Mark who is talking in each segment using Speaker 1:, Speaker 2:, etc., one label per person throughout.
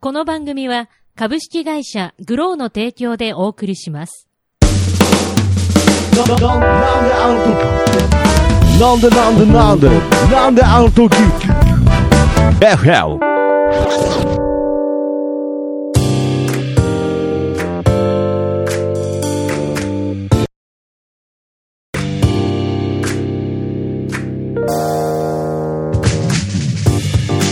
Speaker 1: この番組は株式会社グローの提供でお送りします。
Speaker 2: Landen, landen, auto. Landen, landen, landen. Landen, auto. RL.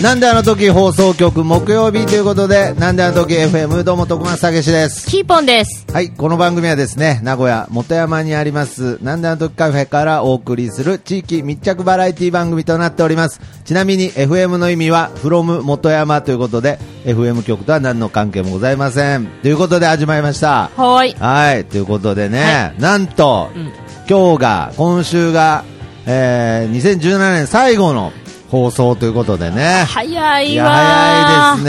Speaker 3: なんであの時放送局木曜日ということで、なんであの時 FM どうも徳松たけしです。
Speaker 1: キーポンです。
Speaker 3: はい、この番組はですね、名古屋元山にあります、なんであの時カフェからお送りする地域密着バラエティ番組となっております。ちなみに FM の意味は、from 元山ということで、FM 局とは何の関係もございません。ということで始まりました。
Speaker 1: はーい。
Speaker 3: はい、ということで
Speaker 1: は
Speaker 3: ね、なんと、
Speaker 1: うん
Speaker 3: 今日が、今週が、えー、2017年最後の放送ということでね。
Speaker 1: 早いわー。
Speaker 3: いや早いです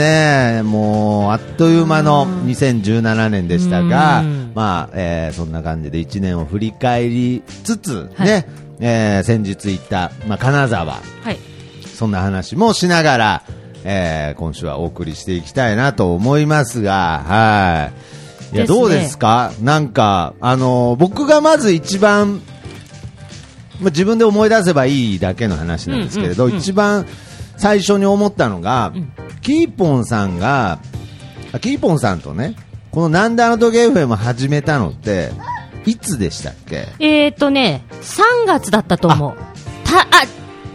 Speaker 3: ね、もうあっという間の2017年でしたが、
Speaker 1: うん
Speaker 3: まあえーそんな感じで1年を振り返りつつ、
Speaker 1: は
Speaker 3: ね
Speaker 1: い
Speaker 3: えー先日行った、まあ、金沢、
Speaker 1: はい。
Speaker 3: そんな話もしながら、えー今週はお送りしていきたいなと思いますが、はい。い
Speaker 1: で
Speaker 3: や、
Speaker 1: すね
Speaker 3: どうですかなんか、あのー僕がまず一番、まあ、自分で思い出せばいいだけの話なんですけれど、
Speaker 1: うんうんうん
Speaker 3: 一番最初に思ったのが、キーポンさんが、あキーポンさんとね、このなんであの時 FM を始めたのって、いつでしたっけ
Speaker 1: えーとね、3月だったと思う。た、あ、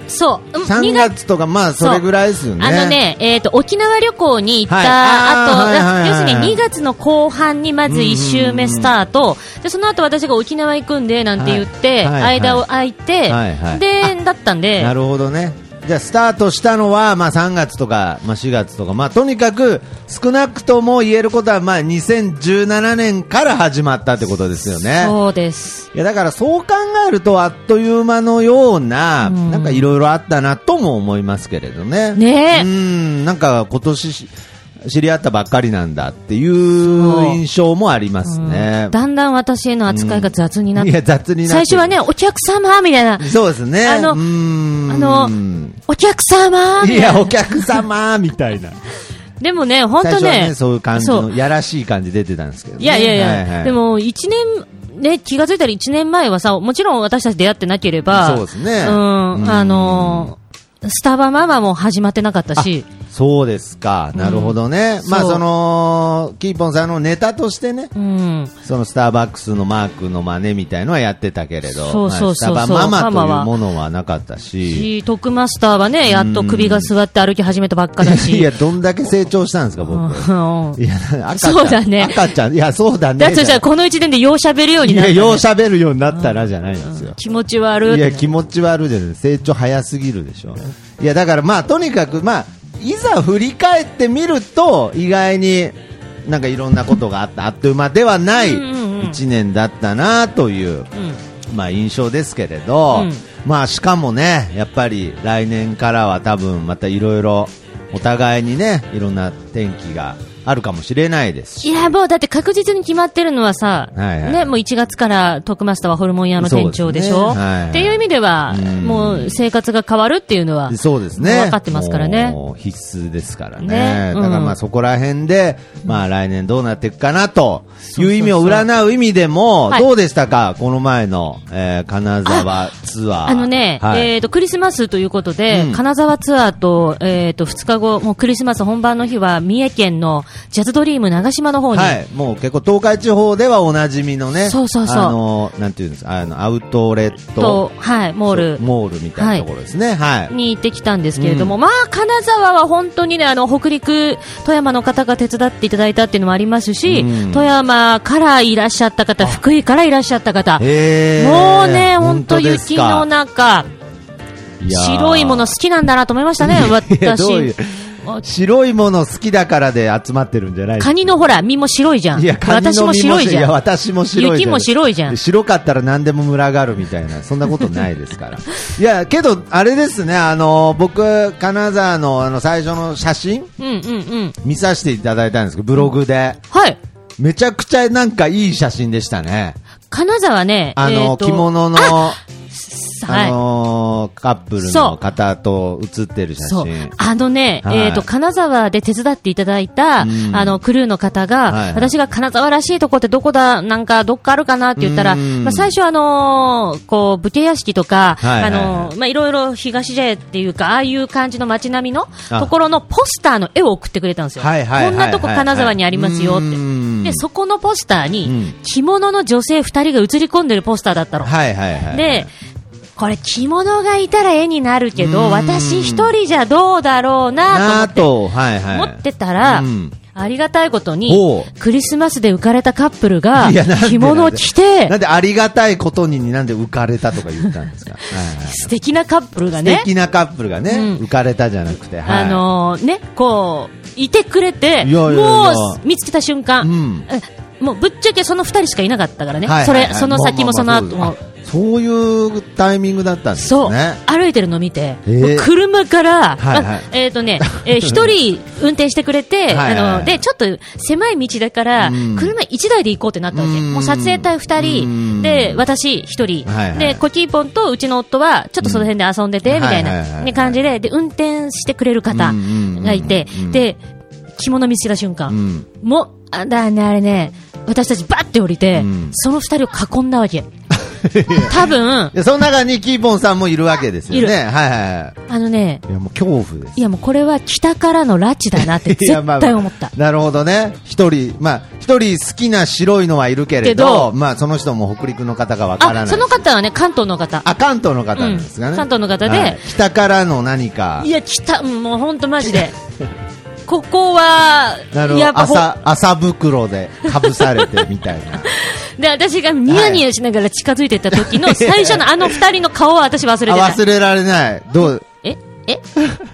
Speaker 1: そう。うん
Speaker 3: 3
Speaker 1: 二
Speaker 3: 月とか、まあ、それぐらいですよね。
Speaker 1: あのね、えっ、と、沖縄旅行に行った
Speaker 3: はい
Speaker 1: 後、
Speaker 3: あーはいはいはい
Speaker 1: 要するに2月の後半にまず1週目スタート、で、その後私が沖縄行くんで、なんて言って、
Speaker 3: はいはいはい
Speaker 1: 間を空いて、
Speaker 3: はいはい
Speaker 1: で、だったんで、
Speaker 3: なるほどね。じゃあ、スタートしたのは、まあ、3月とか、まあ、4月とか、まあ、とにかく、少なくとも言えることは、まあ、2017年から始まったってことですよね。
Speaker 1: そうです。
Speaker 3: いや、だから、そう考えると、あっという間のような、
Speaker 1: うん
Speaker 3: なんか、いろいろあったな、とも思いますけれどね。
Speaker 1: ねえ
Speaker 3: うん、なんか、今年し、知り合ったばっかりなんだっていう
Speaker 1: そう
Speaker 3: 印象もありますね。
Speaker 1: だんだん私への扱いが雑になっ
Speaker 3: い
Speaker 1: て、
Speaker 3: や、雑になって
Speaker 1: 最初は、ね、お客様みたいな、
Speaker 3: そうですね。
Speaker 1: あの
Speaker 3: うーん
Speaker 1: あのお客様みた
Speaker 3: い
Speaker 1: いな
Speaker 3: や、お客様みたいな。
Speaker 1: でもね、 本
Speaker 3: 最
Speaker 1: 当
Speaker 3: 初はね
Speaker 1: ね、
Speaker 3: そういう感じ
Speaker 1: そ
Speaker 3: の、
Speaker 1: う
Speaker 3: やらしい感じ出てたんですけど、ね。
Speaker 1: いやいやいや、
Speaker 3: ははい
Speaker 1: で、も1年、ね、気がついたら1年前はさ、もちろん私たち出会ってなければ、
Speaker 3: そうですね
Speaker 1: うん
Speaker 3: うん
Speaker 1: あのースタバママも始まってなかったし、
Speaker 3: そうですか。なるほどね。
Speaker 1: うん
Speaker 3: まあ、
Speaker 1: そう
Speaker 3: その、キーポンさんのネタとしてね、
Speaker 1: うん、
Speaker 3: そのスターバックスのマークの真似みたいのはやってたけれど、
Speaker 1: そうそうそうそう
Speaker 3: まあスタバママ
Speaker 1: マ
Speaker 3: と
Speaker 1: マ
Speaker 3: い
Speaker 1: は
Speaker 3: うものはなかったし、
Speaker 1: し徳マスターはね、やっと首が座って歩き始めたばっかだし。
Speaker 3: いや、どんだけ成長したんですか、僕。
Speaker 1: うん
Speaker 3: いや、赤ちゃん。
Speaker 1: そうだね
Speaker 3: 赤ちゃん。いや、そうだね。
Speaker 1: だとしたらこの1年でよう喋るように
Speaker 3: い
Speaker 1: なっ
Speaker 3: や、
Speaker 1: た、ね。
Speaker 3: よう喋るようになったらじゃないんですよ。
Speaker 1: 気持ち悪
Speaker 3: い
Speaker 1: い。
Speaker 3: や、気持ち悪いじゃない成長早すぎるでしょ。いや、だからまあ、とにかくまあ、いざ振り返ってみると、意外になんかいろんなことがあった、あっという間ではない
Speaker 1: うんうんうん
Speaker 3: 1年だったなという、
Speaker 1: うん
Speaker 3: まあ印象ですけれ
Speaker 1: う
Speaker 3: ど、
Speaker 1: ん
Speaker 3: まあしかもね、やっぱり来年からは多分またいろいろ、お互いにね、いろんな天気があるかもしれないですし。
Speaker 1: いや、もうだって確実に決まってるのはさ、
Speaker 3: はいはい
Speaker 1: ね、もう1月から徳マスターはホルモン屋の店長でし
Speaker 3: そ
Speaker 1: ょ
Speaker 3: うですねはいはい
Speaker 1: っていう意味では、
Speaker 3: うん
Speaker 1: もう生活が変わるっていうのは、
Speaker 3: そうですね。
Speaker 1: 分かってますからね。
Speaker 3: もう必須ですからね。
Speaker 1: ねうん
Speaker 3: だからまあそこら辺で、まあ来年どうなっていくかなという意味を占う意味でも、
Speaker 1: はい
Speaker 3: どうでしたかこの前の、えー金沢ツアー。
Speaker 1: あのね、
Speaker 3: はい
Speaker 1: えっ、と、クリスマスということで、
Speaker 3: うん
Speaker 1: 金沢ツアーと、えっ、と、2日後、もうクリスマス本番の日は、三重県のジャズドリーム長島の方に、
Speaker 3: はい、もう結構東海地方ではおなじみのね、
Speaker 1: そうそうそう
Speaker 3: あの、なんていうんですか、あの、アウトレット
Speaker 1: と、はい、モール。
Speaker 3: モールみたいなところですね。はい。
Speaker 1: に行ってきたんですけれども、
Speaker 3: う
Speaker 1: まあ、金沢は本当にね、あの、北陸、富山の方が手伝っていただいたっていうのもありますし、
Speaker 3: うん
Speaker 1: 富山からいらっしゃった方、福井からいらっしゃった方、
Speaker 3: へー
Speaker 1: もうね、本当
Speaker 3: ですか
Speaker 1: 雪の中、
Speaker 3: いやー
Speaker 1: 白いもの好きなんだなと思いましたね、
Speaker 3: いやどういう
Speaker 1: 私。あ
Speaker 3: 白いもの好きだからで集まってるんじゃないですか
Speaker 1: カニのほら、身も白いじゃん。
Speaker 3: いや、カニの実
Speaker 1: 私も白いじ
Speaker 3: い
Speaker 1: ゃ
Speaker 3: や、
Speaker 1: ん。
Speaker 3: 私も白いじゃん。
Speaker 1: 雪も白いじゃん
Speaker 3: 白かったら何でも群がるみたいな、そんなことないで すから。いや、けど、あれですね、あの、僕、金沢の、あの、最初の写真、
Speaker 1: うんうんうん。
Speaker 3: 見させていただいたんですけど、ブログで。
Speaker 1: はい。
Speaker 3: めちゃくちゃなんかいい写真でしたね。
Speaker 1: 金沢ね、
Speaker 3: あの、
Speaker 1: えーと
Speaker 3: 着物の、
Speaker 1: あさはい
Speaker 3: あのーカップルの方と写ってる写
Speaker 1: そう
Speaker 3: 真。。
Speaker 1: あのね、
Speaker 3: はい
Speaker 1: えっ、と、金沢で手伝っていただいた、
Speaker 3: うん
Speaker 1: あの、クルーの方が、
Speaker 3: はい
Speaker 1: 私が金沢らしいとこってどこだ、なんか、どっかあるかなって言ったら、
Speaker 3: うん
Speaker 1: まあ、最初あのーこう、武家屋敷とか、
Speaker 3: はいはいはい
Speaker 1: あのーまあ、いろいろ東茶屋っていうか、ああいう感じの街並みの
Speaker 3: あ
Speaker 1: ところのポスターの絵を送ってくれたんですよ。
Speaker 3: はいはいはい
Speaker 1: こんなとこ金沢にありますよっ
Speaker 3: う
Speaker 1: て。
Speaker 3: ん
Speaker 1: で、そこのポスター
Speaker 3: う
Speaker 1: に
Speaker 3: ん、
Speaker 1: 着物の女性二人が写り込んでるポスターだったの。
Speaker 3: はいはいはい。
Speaker 1: で、これ着物がいたら絵になるけ
Speaker 3: うー
Speaker 1: ど、
Speaker 3: ん
Speaker 1: 私一人じゃどうだろう
Speaker 3: な
Speaker 1: な
Speaker 3: あ
Speaker 1: と
Speaker 3: と、はいはい。
Speaker 1: 思って、持ってたら
Speaker 3: うん、
Speaker 1: ありがたいこと
Speaker 3: お
Speaker 1: に
Speaker 3: う、
Speaker 1: クリスマスで浮かれたカップルが
Speaker 3: いやなんで、
Speaker 1: 着物を着て
Speaker 3: な、んでありがたいことになんで浮かれたとか言った んですか。はいはい
Speaker 1: 素敵なカップルが
Speaker 3: 素
Speaker 1: ね、
Speaker 3: 敵なカップルがね、
Speaker 1: うん
Speaker 3: 浮かれたじゃなくて、はい
Speaker 1: あのーね、こう、いてくれて、
Speaker 3: いやいやいや
Speaker 1: もう見つけた瞬
Speaker 3: う
Speaker 1: 間
Speaker 3: ん、
Speaker 1: えもうぶっちゃけその二人しかいなかったからね
Speaker 3: は、い
Speaker 1: そ
Speaker 3: はい
Speaker 1: れ
Speaker 3: はい、
Speaker 1: その先もその
Speaker 3: まあ
Speaker 1: 後
Speaker 3: まあまあ
Speaker 1: も。
Speaker 3: そういうタイミングだったんです
Speaker 1: そう、
Speaker 3: ね。
Speaker 1: 歩いてるの見て、
Speaker 3: えー
Speaker 1: もう車から、
Speaker 3: はいはい
Speaker 1: あえっ、と ね、えー一人運転してくれて、
Speaker 3: はいはい
Speaker 1: あの、で、ちょっと狭い道だから、
Speaker 3: うん
Speaker 1: 車一台で行こうってなったわけ。
Speaker 3: うん
Speaker 1: もう撮影隊二
Speaker 3: う
Speaker 1: 人、
Speaker 3: ん
Speaker 1: で、私一人、
Speaker 3: はいはい
Speaker 1: で、コキーポンとうちの夫は、ちょっとその辺で遊んでて、
Speaker 3: うん
Speaker 1: みたい
Speaker 3: はいはいはいは
Speaker 1: な、
Speaker 3: い
Speaker 1: ね感じで、で、運転してくれる方がいて
Speaker 3: うんうんうんう、ん
Speaker 1: で、着物見つけた瞬間、
Speaker 3: うん
Speaker 1: もう、あだね、あれね、私たちバッて降りて、
Speaker 3: うん
Speaker 1: その二人を囲んだわ け。多分、
Speaker 3: で、その中にキーポンさんもいるわけですよ
Speaker 1: いる
Speaker 3: ね。はいはいは
Speaker 1: あのね、
Speaker 3: い。いや、もう恐怖です
Speaker 1: い。やもうこれは北からの拉致だなって
Speaker 3: い
Speaker 1: 絶
Speaker 3: やまあ
Speaker 1: 対思った。
Speaker 3: なるほどね。一人、まあ、一人好きな白いのはいるけれ
Speaker 1: けど
Speaker 3: ど、まあ、その人も北陸の方がわからない
Speaker 1: あ、
Speaker 3: し。
Speaker 1: その方はね、関東の方。
Speaker 3: あ、関東の方なんですかね。
Speaker 1: うん関東の方で
Speaker 3: はい北からの何か
Speaker 1: い、や、北、うんもうほんとマジで。ここは
Speaker 3: な、るほ
Speaker 1: やっ
Speaker 3: ど、
Speaker 1: ぱほ、
Speaker 3: 朝、朝袋でかぶされてみたい な。
Speaker 1: で、私がニヤニヤしながら近づいてった時の最初のあの二人の顔は私忘れてな
Speaker 3: あ
Speaker 1: い。
Speaker 3: 忘れられない。どう、
Speaker 1: ええ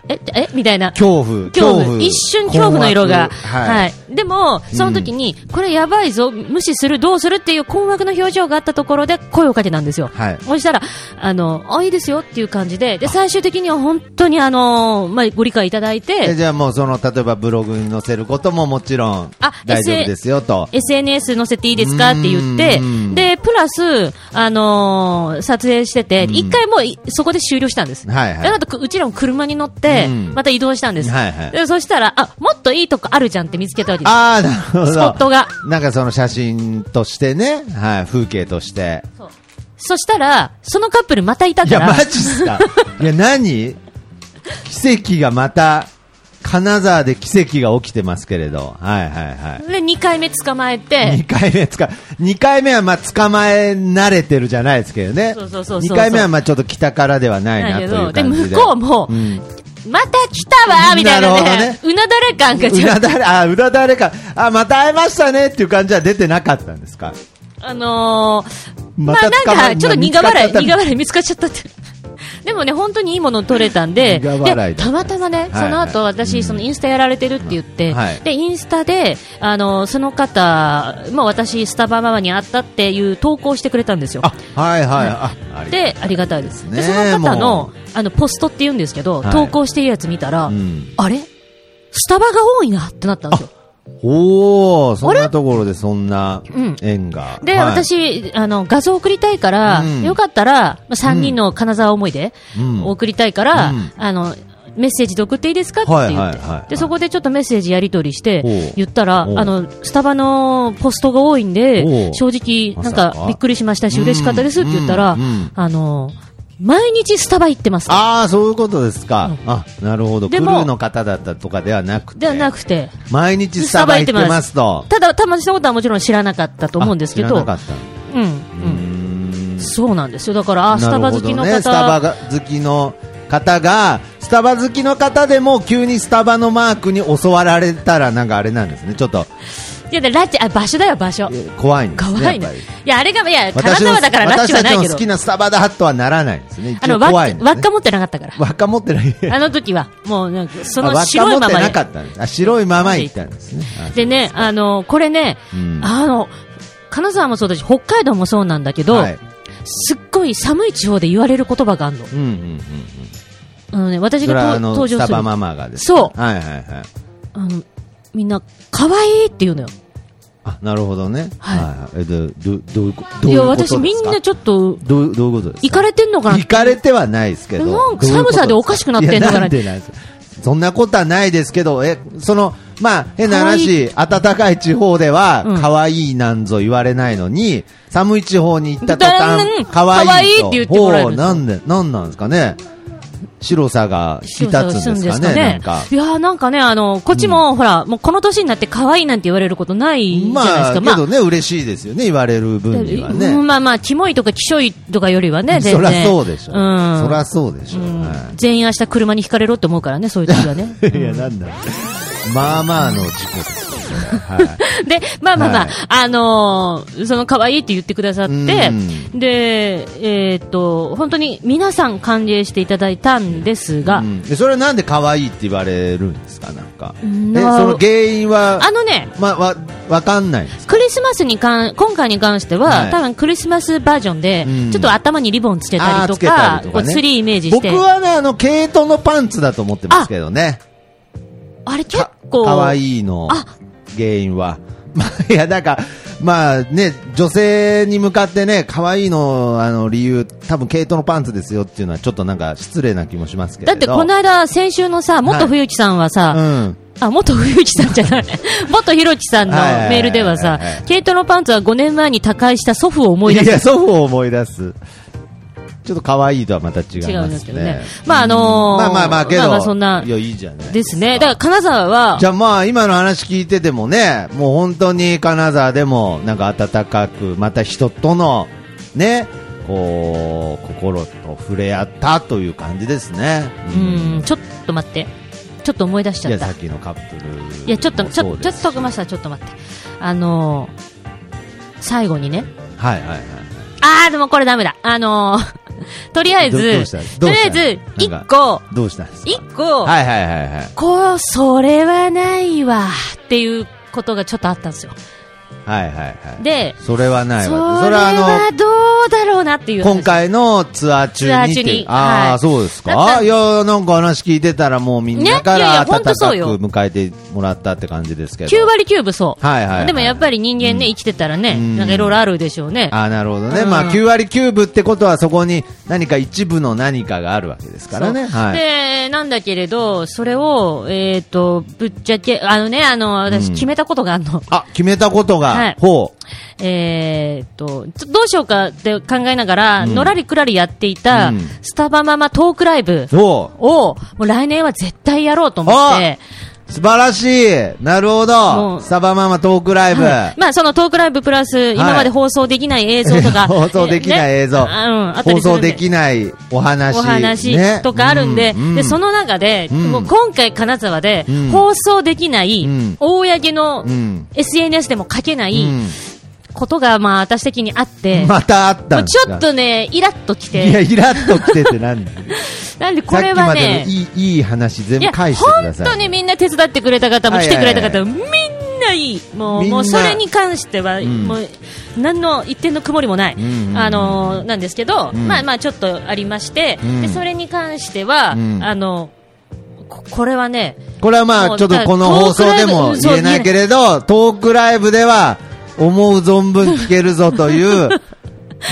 Speaker 1: ええみたいな。
Speaker 3: 恐怖、
Speaker 1: 恐怖一瞬恐怖の色が、
Speaker 3: 困惑
Speaker 1: は
Speaker 3: はいい、
Speaker 1: でも、その時に、これやばいぞ、無視する、どうするっていう困惑の表情があったところで声をかけたんですよ、
Speaker 3: はい
Speaker 1: そしたらあのあ、いいですよっていう感じで、で最終的には本当にあの、まあ、ご理解いただい
Speaker 3: え
Speaker 1: て、
Speaker 3: じゃあもうその例えばブログに載せることももちろん
Speaker 1: あ
Speaker 3: 大丈夫ですよと
Speaker 1: SNS 載せていいですかって言って
Speaker 3: うー、ん
Speaker 1: でプラス、あのー撮影してて、
Speaker 3: ん
Speaker 1: 一回もういそこで終了したんです。
Speaker 3: はいはい
Speaker 1: であとくうちらも車に乗って、
Speaker 3: うん
Speaker 1: また移動したんです、
Speaker 3: はいはい
Speaker 1: でそしたらあ、もっといいとこあるじゃんって見つけたわけです。
Speaker 3: ああなるほど
Speaker 1: スポットが
Speaker 3: なんかその写真としてね、はい、風景として
Speaker 1: そうそしたら、そのカップルまたいた
Speaker 3: い
Speaker 1: か
Speaker 3: や
Speaker 1: ら。
Speaker 3: マジっすかいや何奇跡がまた金沢で奇跡が起きてますけれどはいはいはい
Speaker 1: で、2回目捕まえ
Speaker 3: 2
Speaker 1: て、
Speaker 3: 回目つか、二回目はまあ捕まえ慣れてるじゃないですけどね。
Speaker 1: そうそうそうそう
Speaker 3: 二回目はまあちょっと北からではないな
Speaker 1: だ
Speaker 3: と
Speaker 1: け
Speaker 3: いう
Speaker 1: ど、
Speaker 3: 感じ
Speaker 1: で、
Speaker 3: で。
Speaker 1: 向こうも、
Speaker 3: ん
Speaker 1: また来たわみたいな
Speaker 3: なるほど
Speaker 1: ね
Speaker 3: ね
Speaker 1: うなだれ感が
Speaker 3: う
Speaker 1: ちょっ
Speaker 3: な
Speaker 1: と、
Speaker 3: だれ、あ、うなだれか。あ、また会えましたねっていう感じは出てなかったんですか。
Speaker 1: あのー、ま
Speaker 3: ま
Speaker 1: あな
Speaker 3: た
Speaker 1: ん
Speaker 3: 捕ま
Speaker 1: か、ちょっと苦笑い、
Speaker 3: まあ見つかっちゃった
Speaker 1: 苦笑い見つかっちゃったって。 でもね、本当にいいもの取れたんで、
Speaker 3: 苦笑いだ
Speaker 1: でたまたまね、
Speaker 3: は
Speaker 1: そ
Speaker 3: い
Speaker 1: の後
Speaker 3: はい
Speaker 1: 私、そのインスタやられてるって言って、
Speaker 3: はい
Speaker 1: で、インスタで、あのー、その方、まあ私、スタバママに会ったっていう投稿してくれたんですよ。
Speaker 3: あ、はいはい。あ、あり
Speaker 1: で、ありがたいです。
Speaker 3: ね
Speaker 1: で、その方
Speaker 3: も
Speaker 1: の、あの、ポストって言うんですけど、
Speaker 3: はい
Speaker 1: 投稿してるやつ見たら、
Speaker 3: うん
Speaker 1: あれスタバが多いなってなったんですよ。
Speaker 3: おー、そんなところでそんな
Speaker 1: うん
Speaker 3: 縁が。
Speaker 1: で、
Speaker 3: はい、
Speaker 1: 私、あの、画像送りたいから、
Speaker 3: うん
Speaker 1: よかったら、まあ、3人の金沢思い出、
Speaker 3: うん
Speaker 1: 送りたいから、
Speaker 3: うん
Speaker 1: あの、メッセージで送っていいですかって言って、
Speaker 3: はいはいはい
Speaker 1: で、そこでちょっとメッセージやり取りして
Speaker 3: ほう、
Speaker 1: 言ったら、あ
Speaker 3: ほう
Speaker 1: の、スタバのポストが多いん
Speaker 3: ほ
Speaker 1: で、
Speaker 3: う
Speaker 1: 正直、
Speaker 3: ま
Speaker 1: な
Speaker 3: さ
Speaker 1: ん
Speaker 3: か
Speaker 1: か、びっくりしましたし、嬉しかったですって言ったら、
Speaker 3: うんうん
Speaker 1: あの、毎日スタバ行ってます。
Speaker 3: ああ、そういうことですか。あ、なるほど。ク
Speaker 1: で
Speaker 3: ル
Speaker 1: も
Speaker 3: ーの方だったとかではなくて。
Speaker 1: ではなくて、
Speaker 3: 毎日スタバ行ってますと。
Speaker 1: ただ、たまにしたことはもちろん知らなかったと思うんですけ
Speaker 3: あ知
Speaker 1: ど、
Speaker 3: らなかったんだ
Speaker 1: うん、うん、そうなんですよ、だから、あスタバ好きの
Speaker 3: なるほどね、スタバ
Speaker 1: 方、
Speaker 3: が好きの方がスタバ好きの方でも急にスタバのマークに襲わられたらなんかあれなんですねちょっと
Speaker 1: いや、でラッチ、あ場所だよ、場所
Speaker 3: え、ー怖いんですね
Speaker 1: 怖い
Speaker 3: や
Speaker 1: ね
Speaker 3: っぱり、
Speaker 1: いや、あれが、いや、金
Speaker 3: 私の
Speaker 1: 沢だからラッチはないけ
Speaker 3: 私たち
Speaker 1: ど
Speaker 3: の好、きなスタバだとはならないんですね
Speaker 1: あ
Speaker 3: 一
Speaker 1: の
Speaker 3: 応
Speaker 1: 輪っ
Speaker 3: 怖いんです
Speaker 1: 輪っ
Speaker 3: ね
Speaker 1: か持ってなかった から、
Speaker 3: 輪っか持ってない
Speaker 1: あの時は、もうなんか、そ
Speaker 3: あ
Speaker 1: の
Speaker 3: 輪っか
Speaker 1: 白い
Speaker 3: 持っ
Speaker 1: ま
Speaker 3: て
Speaker 1: ま
Speaker 3: なか
Speaker 1: で、
Speaker 3: ったんですあ白いまま行ったんですね
Speaker 1: でね、あのこれね、
Speaker 3: うん
Speaker 1: あの、金沢もそうだし、北海道もそうなんだけ
Speaker 3: あ
Speaker 1: ど、
Speaker 3: はい
Speaker 1: すっごい寒い地方で言われる言葉があるの。
Speaker 3: うんうんうん
Speaker 1: あのね、
Speaker 3: そ
Speaker 1: 私
Speaker 3: れは
Speaker 1: が
Speaker 3: あ
Speaker 1: と
Speaker 3: の
Speaker 1: 登
Speaker 3: ス
Speaker 1: 場
Speaker 3: タ
Speaker 1: する
Speaker 3: バ。ママがですね
Speaker 1: そう
Speaker 3: はいはいはい
Speaker 1: あの、みんな、可愛いって言うのよ。
Speaker 3: あなるほどね、
Speaker 1: はい
Speaker 3: い、えどどどういうこど
Speaker 1: いう
Speaker 3: いう
Speaker 1: や、
Speaker 3: ことです
Speaker 1: 私
Speaker 3: か
Speaker 1: みんなちょっと、
Speaker 3: どうどういうことですか
Speaker 1: 行かれてんのかな
Speaker 3: 行かれてはないですけど
Speaker 1: なんか
Speaker 3: どういうこと
Speaker 1: 寒
Speaker 3: す
Speaker 1: さでおかしくなってんのかない
Speaker 3: やんでなんですそんなことはないですけどえそのまあ変な話暖かい地方では
Speaker 1: うん
Speaker 3: 可愛、いなんぞ言われないのに寒い地方に行った途
Speaker 1: だんだ
Speaker 3: 端
Speaker 1: ん
Speaker 3: 可愛い
Speaker 1: 可愛いって言ってもらえるん
Speaker 3: ほ
Speaker 1: で
Speaker 3: う
Speaker 1: すよ
Speaker 3: なんでなんなんですかね白さが引き立つんですかねなんか
Speaker 1: いやーなんかね、あの、こっちも、ほら、もうこの年になって可愛いなんて言われることないじゃないです
Speaker 3: まあ
Speaker 1: か。
Speaker 3: けどね嬉しいですよね言われる分にはね、
Speaker 1: うんまあまあ、キモいとかキショイとかよりはね、全
Speaker 3: そり
Speaker 1: 然。
Speaker 3: ゃそうでしょ、うんそりゃそうでしょ、
Speaker 1: うん
Speaker 3: は
Speaker 1: 全員明日車にひかれろって思うからね、そういう時はね。
Speaker 3: い、いやなんだまあまあの事故ですよそれはい
Speaker 1: で、まあまあまあ、
Speaker 3: はい
Speaker 1: あのーその可愛いって言ってくださって、
Speaker 3: う
Speaker 1: で、えーっと、本当に皆さん歓迎していただいたんですが、
Speaker 3: うんでそれはなんで可愛いって言われるんですかなんか
Speaker 1: うん
Speaker 3: でそ
Speaker 1: な
Speaker 3: の原因は
Speaker 1: あのね、
Speaker 3: まあわわかんないんです
Speaker 1: クリスマスに関今回に関しては、
Speaker 3: はい
Speaker 1: 多分クリスマスバージョンで、
Speaker 3: うん
Speaker 1: ちょっと頭にリボンつけたりと
Speaker 3: あー
Speaker 1: か、
Speaker 3: つけたりと
Speaker 1: こ
Speaker 3: か
Speaker 1: う
Speaker 3: ね
Speaker 1: ツリーイメージし
Speaker 3: 僕
Speaker 1: て、
Speaker 3: はねあの毛糸のパンツだと思ってますけどね
Speaker 1: あれ結
Speaker 3: か
Speaker 1: 構、
Speaker 3: 可愛いの
Speaker 1: あ
Speaker 3: 原因は まあいやなんかまあね女性に向かってね可愛いのあの理由多分毛糸のパンツですよっていうのはちょっとなんか失礼な気もしますけ
Speaker 1: だ
Speaker 3: れ
Speaker 1: っ
Speaker 3: ど
Speaker 1: てこの間、先週のさ、元冬木さんはさ、
Speaker 3: うん
Speaker 1: あ、元冬木さんじゃない。 元弘樹さんの
Speaker 3: はいはいはいはい
Speaker 1: メールではさ
Speaker 3: はいはい、
Speaker 1: 毛糸のパンツは5年前に他界した祖父を思い
Speaker 3: い
Speaker 1: 出す。
Speaker 3: や祖父を思い出すちょっと可愛いとはまた違いますね
Speaker 1: 違うんですけどねまああのー
Speaker 3: まあまあまあけど、
Speaker 1: まあまあそんない
Speaker 3: やいいじゃない
Speaker 1: ですね。だから金沢は
Speaker 3: じ、ゃあまあ今の話聞いててもねもう本当に金沢でもなんか温かくまた人とのねこう心と触れ合ったという感じですね
Speaker 1: うん、ちょっと待って。ちょっと思い出しち
Speaker 3: い
Speaker 1: ゃっ
Speaker 3: や
Speaker 1: た。
Speaker 3: さ
Speaker 1: い
Speaker 3: っきのカップルもそうですし
Speaker 1: や、ちょっと、ちょちょっとごめんなさい、ちょっと待って。あのー、最後にね。
Speaker 3: はいはいはい
Speaker 1: あー、でもこれダメだ。あのー、 とりあえ
Speaker 3: どどう
Speaker 1: ず、
Speaker 3: したどうした
Speaker 1: とりあえず、一
Speaker 3: なん
Speaker 1: 個、
Speaker 3: どうしたんですか
Speaker 1: 一個、
Speaker 3: はいはいはいはい
Speaker 1: こう、それはないわ、っていうことがちょっとあったんですよ。
Speaker 3: はいはいはい
Speaker 1: で、
Speaker 3: それはない
Speaker 1: それ
Speaker 3: わ
Speaker 1: はどうだろうなっていう話
Speaker 3: 今回のツアー中にって
Speaker 1: ツアー中
Speaker 3: いう
Speaker 1: に
Speaker 3: ああ、
Speaker 1: はい
Speaker 3: そうです
Speaker 1: だっ
Speaker 3: か
Speaker 1: た
Speaker 3: いやなんか話聞いてたらもうみんなか
Speaker 1: ねいやい
Speaker 3: ら
Speaker 1: や
Speaker 3: 温
Speaker 1: 本
Speaker 3: か
Speaker 1: 当
Speaker 3: く
Speaker 1: そうよ
Speaker 3: 迎えてもらったって感じですけど
Speaker 1: 9割9分そう、
Speaker 3: はいはいはい
Speaker 1: でもやっぱり人間ね、生きてたらね、
Speaker 3: ん
Speaker 1: なんかいろいろあるでしょうね、
Speaker 3: あーなるほどね、
Speaker 1: うん
Speaker 3: まあ9割9分ってことはそこに何か一部の何かがあるわけですからね
Speaker 1: そう
Speaker 3: はい
Speaker 1: でなんだけれど、それを、えっとぶっちゃけ、あのね、あの私、決めたことがあるの、
Speaker 3: あ決めたことが、
Speaker 1: はい
Speaker 3: ほ
Speaker 1: えっとちょどうしようかって考えながら、
Speaker 3: うん
Speaker 1: のらりくらりやっていた、
Speaker 3: うん
Speaker 1: スタバママトークライブ
Speaker 3: うほう
Speaker 1: を、もう来年は絶対やろうと思って。
Speaker 3: 素晴らしいなるほ
Speaker 1: も
Speaker 3: ど
Speaker 1: う
Speaker 3: サバママトークライブ、
Speaker 1: はいまあ、そのトークライブプラス、今まで放送できない映像とか。
Speaker 3: 放送できない映像、
Speaker 1: ねあうん、あった
Speaker 3: 放
Speaker 1: りする
Speaker 3: 送
Speaker 1: んで
Speaker 3: できないお話
Speaker 1: お話
Speaker 3: ね
Speaker 1: とかあるんで、
Speaker 3: うう
Speaker 1: でその中で、
Speaker 3: うん
Speaker 1: もう今回、金沢で、
Speaker 3: うん
Speaker 1: 放送できない、
Speaker 3: うん
Speaker 1: 公の
Speaker 3: うん
Speaker 1: SNS でも書けな
Speaker 3: う
Speaker 1: い
Speaker 3: ん
Speaker 1: ことが、まあ、私的にあって、
Speaker 3: またあった
Speaker 1: も
Speaker 3: ん
Speaker 1: う
Speaker 3: で
Speaker 1: ち
Speaker 3: すか
Speaker 1: ょっとね、イラッとき
Speaker 3: いや、
Speaker 1: て、
Speaker 3: イラッときててなんだ
Speaker 1: なんで こ
Speaker 3: さっき
Speaker 1: れは
Speaker 3: まで
Speaker 1: ね
Speaker 3: の、いいいい話全
Speaker 1: い
Speaker 3: 部
Speaker 1: や、
Speaker 3: 返してくだ
Speaker 1: 本
Speaker 3: さい。
Speaker 1: 当にみんな手伝ってくれた方も
Speaker 3: はい
Speaker 1: 来
Speaker 3: はい
Speaker 1: てく
Speaker 3: はい
Speaker 1: れた方も、みんないい。もう、
Speaker 3: みんな
Speaker 1: もうそれに関しては、
Speaker 3: ん
Speaker 1: もう、何の一点の曇りもない。
Speaker 3: んうん
Speaker 1: あのー、なんですけど、
Speaker 3: ん
Speaker 1: まあまあちょっとありまして、
Speaker 3: うん
Speaker 1: で、それに関しては、
Speaker 3: うん
Speaker 1: あの、ここれはね、
Speaker 3: これはま
Speaker 1: も
Speaker 3: あ、
Speaker 1: う
Speaker 3: ちょっとこの放送で
Speaker 1: トークライ
Speaker 3: も
Speaker 1: ブそう
Speaker 3: 言えないけれど、トークライブでは思う存分聞けるぞと いう、もう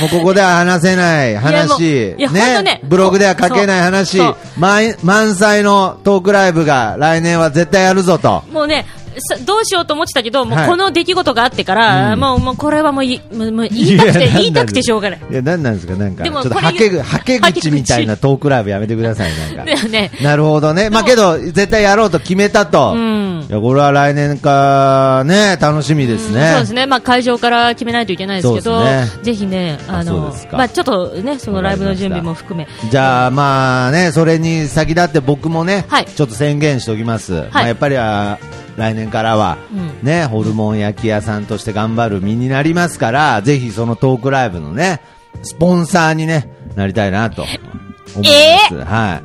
Speaker 3: ここでは話せない話
Speaker 1: い、やもういやほんとね
Speaker 3: ブログでは書けない話
Speaker 1: そう、
Speaker 3: 満満載のトークライブが来年は絶対やるぞと。
Speaker 1: もうね、さどうしようと思ってたけど、もう
Speaker 3: はい
Speaker 1: この出来事があってから、
Speaker 3: うん
Speaker 1: もう、もうこれはもうい、もうもう言い たくて、
Speaker 3: や
Speaker 1: 言いたくてしょうがない。。
Speaker 3: いや、なんなんですか、なんか、ち
Speaker 1: で
Speaker 3: ょ
Speaker 1: も
Speaker 3: っと
Speaker 1: これ
Speaker 3: はけ
Speaker 1: 言
Speaker 3: ぐ、
Speaker 1: う
Speaker 3: はけ口みたいなトークライブやめてください、なん
Speaker 1: だ。
Speaker 3: か
Speaker 1: よ ね。
Speaker 3: なるほどね。まあけど、絶対やろうと決めたと。
Speaker 1: うん
Speaker 3: いや、これは来年か、ね、楽しみですね。
Speaker 1: そうですね、まあ、会場から決めないといけないですけど、
Speaker 3: そうですね
Speaker 1: ぜひね、あ
Speaker 3: あそう
Speaker 1: の
Speaker 3: ですか
Speaker 1: まあ、ちょっとね、そのライブの準備も含め、
Speaker 3: じゃあ、まあね、それに先立って僕もね、
Speaker 1: はい
Speaker 3: ちょっと宣言しておきます。まあやっぱりは、来年からは、
Speaker 1: う
Speaker 3: ね、ホルモン焼き屋さんとして頑張る身になりますから、ぜひそのトークライブのね、スポンサーにね、なりたいなと思います。は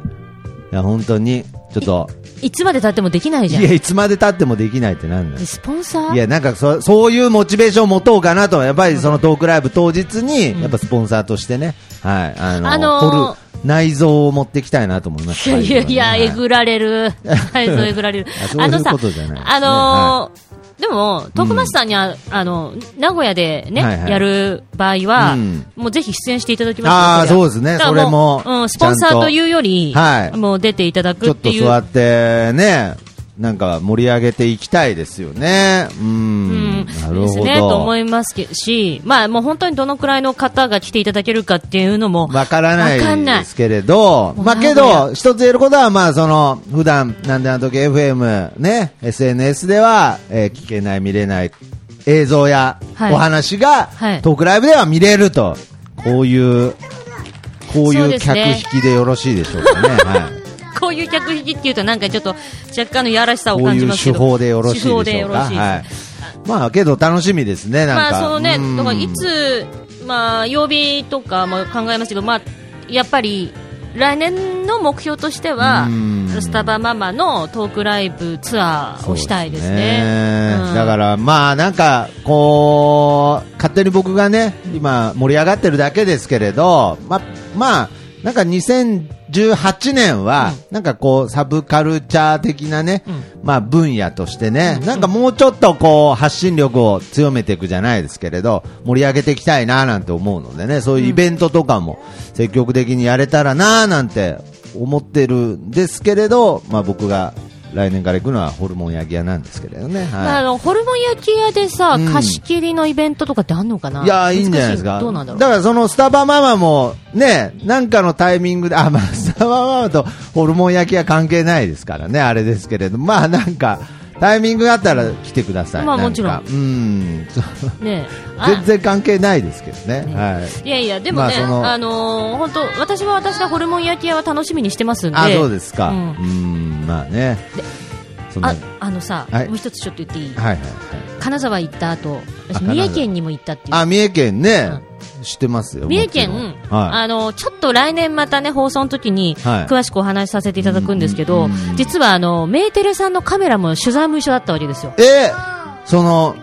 Speaker 3: い。いや、本当に、ちょっと、
Speaker 1: いつまでたってもできない
Speaker 3: い
Speaker 1: じゃ
Speaker 3: や、いつまで経ってもできないってなんだよ
Speaker 1: ん、スポンサー
Speaker 3: いや、なんかそ、そういうモチベーションを持とうかなと、やっぱりそのトークライブ当日に、やっぱスポンサーとしてね、はい、あの、
Speaker 1: あのー
Speaker 3: 掘る内臓を持ってきたいなと思いました。
Speaker 1: いやいや、えぐられる、はい、そうえぐられる
Speaker 3: あ、そうい
Speaker 1: あ
Speaker 3: う
Speaker 1: のさ
Speaker 3: ことじゃないですね、
Speaker 1: あのーでも、トークマスターにあ、あの、名古屋でね、
Speaker 3: はいはい
Speaker 1: やる場合は、
Speaker 3: うん
Speaker 1: もうぜひ出演していただきましょう。
Speaker 3: あー
Speaker 1: これ
Speaker 3: そうですね
Speaker 1: だから
Speaker 3: それも
Speaker 1: うん、スポンサーというより、
Speaker 3: ちゃんとはい
Speaker 1: もう出ていただ
Speaker 3: ち
Speaker 1: くっ
Speaker 3: ょっと
Speaker 1: ていう。
Speaker 3: 座ってね、なんか盛り上げていきたいですよね。うん。
Speaker 1: うん、
Speaker 3: な
Speaker 1: で
Speaker 3: るほ
Speaker 1: す
Speaker 3: ど。
Speaker 1: ね、と思いますけし、まあもう本当にどのくらいの方が来ていただけるかっていうのも、
Speaker 3: わからな
Speaker 1: わかん
Speaker 3: い
Speaker 1: ない
Speaker 3: ですけれど、
Speaker 1: もう
Speaker 3: まあけ
Speaker 1: 名古
Speaker 3: ど、一つ言えることは、まあその、普段、なんであの時 FM、ね、SNS では、えー聞けない、見れない映像や
Speaker 1: はい
Speaker 3: お話が、
Speaker 1: はい
Speaker 3: トークライブでは見れると、こういう、こう
Speaker 1: そう
Speaker 3: い
Speaker 1: で
Speaker 3: う
Speaker 1: す
Speaker 3: 客
Speaker 1: ね
Speaker 3: 引きでよろしいでしょうか ね。はい
Speaker 1: こういう客引きっていうとなんかちょっと若干のやらしさを
Speaker 3: こう
Speaker 1: 感
Speaker 3: い
Speaker 1: じ
Speaker 3: う
Speaker 1: ますけ
Speaker 3: 手
Speaker 1: ど。
Speaker 3: 法でよろしいでしょう
Speaker 1: 手法でよろ
Speaker 3: か。
Speaker 1: しいです
Speaker 3: はい。まあけど楽しみですね、なんか。
Speaker 1: まあそのね
Speaker 3: う、ん
Speaker 1: だからいつ、まあ曜日とかも考えますけど、まあやっぱり来年の目標としては
Speaker 3: うん、
Speaker 1: スタバママのトークライブツアーをしたいですね。
Speaker 3: そうですね
Speaker 1: うん
Speaker 3: だから、まあなんかこう勝手に僕がね今盛り上がってるだけですけれど、ままあなんか2018年は、なんかこうサブカルチャー的なね、まあ分野としてね、なんかもうちょっとこう発信力を強めていくじゃないですけれど、盛り上げていきたいななんて思うのでね、そういうイベントとかも積極的にやれたらななんて思ってるんですけれど、まあ僕が来年から行くのはホルモン焼き屋なんですけれどね。
Speaker 1: まああ
Speaker 3: は
Speaker 1: のホルモン焼き屋でさ、
Speaker 3: うん
Speaker 1: 貸し切りのイベントとかってあんのかない
Speaker 3: いやー、いいんじゃないです
Speaker 1: 難
Speaker 3: か。
Speaker 1: しどうなんだろう
Speaker 3: からそのスタバママもね、なんかのタイミングで、あ、まあスタバママとホルモン焼き屋関係ないですからね、あれですけれど、まあなんか、タイミングがあったら来てください。
Speaker 1: まあ
Speaker 3: なんか
Speaker 1: もちろん
Speaker 3: うん。そう
Speaker 1: ね あ
Speaker 3: 全然関係ないですけどね。
Speaker 1: ね
Speaker 3: はい。
Speaker 1: いやいや、でもね、
Speaker 3: まあその
Speaker 1: あ、のー本当、私は私でホルモン焼き屋は楽しみにしてますんで、
Speaker 3: あ、そうですか。
Speaker 1: う
Speaker 3: うんん、まあね。そんな
Speaker 1: あ
Speaker 3: はい
Speaker 1: あのさ、
Speaker 3: はい
Speaker 1: もう一つちょっと言っていい、
Speaker 3: はいはい。
Speaker 1: 金沢行った後
Speaker 3: あ
Speaker 1: 私、
Speaker 3: 金沢
Speaker 1: 三重県にも行ったっていう、
Speaker 3: あ、三重県ね、知ってますよ。
Speaker 1: 三重
Speaker 3: もちろん
Speaker 1: 県、
Speaker 3: はい。
Speaker 1: あのちょっと来年またね、放送の時に
Speaker 3: はい
Speaker 1: 詳しくお話しさせていただくんですけど、
Speaker 3: うんうんうん
Speaker 1: 実はあのメーテルさんのカメラも取材も一緒だったわけですよ、
Speaker 3: えその、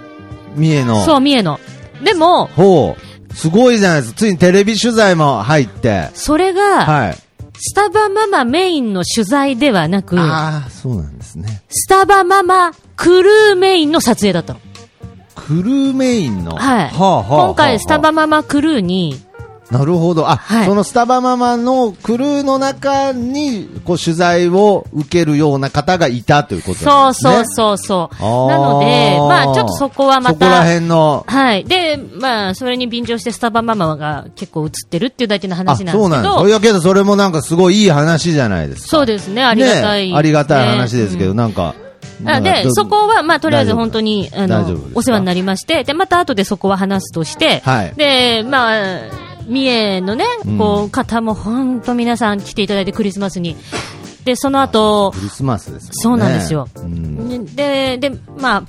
Speaker 3: 三重の。
Speaker 1: そう、三重の。でも、
Speaker 3: ほう。すごいじゃないですか。ついにテレビ取材も入って。
Speaker 1: それが、
Speaker 3: はい。
Speaker 1: スタバママメインの取材ではなく、
Speaker 3: ああ、そうなんですね。
Speaker 1: スタバママクルーメインの撮影だったの。
Speaker 3: クルーメインの。
Speaker 1: はい。
Speaker 3: はあはあはあ
Speaker 1: 今回、スタバママクルーに、
Speaker 3: なるほど。あ、
Speaker 1: はい
Speaker 3: そのスタバママのクルーの中に、こう、取材を受けるような方がいたということ
Speaker 1: そ
Speaker 3: な
Speaker 1: うん
Speaker 3: ですね。
Speaker 1: そうそうそう。
Speaker 3: あー
Speaker 1: なので、まあちょっとそこはま
Speaker 3: そこら
Speaker 1: た、
Speaker 3: 辺の、
Speaker 1: はい。で、まあそれに便乗してスタバママが結構映ってるっていうだけの
Speaker 3: あ、
Speaker 1: 話なんで
Speaker 3: そ
Speaker 1: す
Speaker 3: うな
Speaker 1: け
Speaker 3: んです
Speaker 1: ど
Speaker 3: か。い、やけど、それもなんかすごいいい話じゃないですか。
Speaker 1: そうですね、ありがたい、
Speaker 3: ねありがたい話ですけど、
Speaker 1: うん
Speaker 3: なんか。
Speaker 1: なの
Speaker 3: なん
Speaker 1: で
Speaker 3: か、
Speaker 1: そこは、まあ、とりあえず本当に、あ
Speaker 3: 大丈夫
Speaker 1: の
Speaker 3: です、か
Speaker 1: お世話になりまして、で、また後でそこは話すとして、
Speaker 3: はい
Speaker 1: で、まあ、三重のね
Speaker 3: うん、
Speaker 1: こう、方も本当皆さん来ていただいて、クリスマスに。で、その後
Speaker 3: ク、リスマスですもんね。
Speaker 1: そうなんですよ
Speaker 3: うん
Speaker 1: ねで、で、まあ、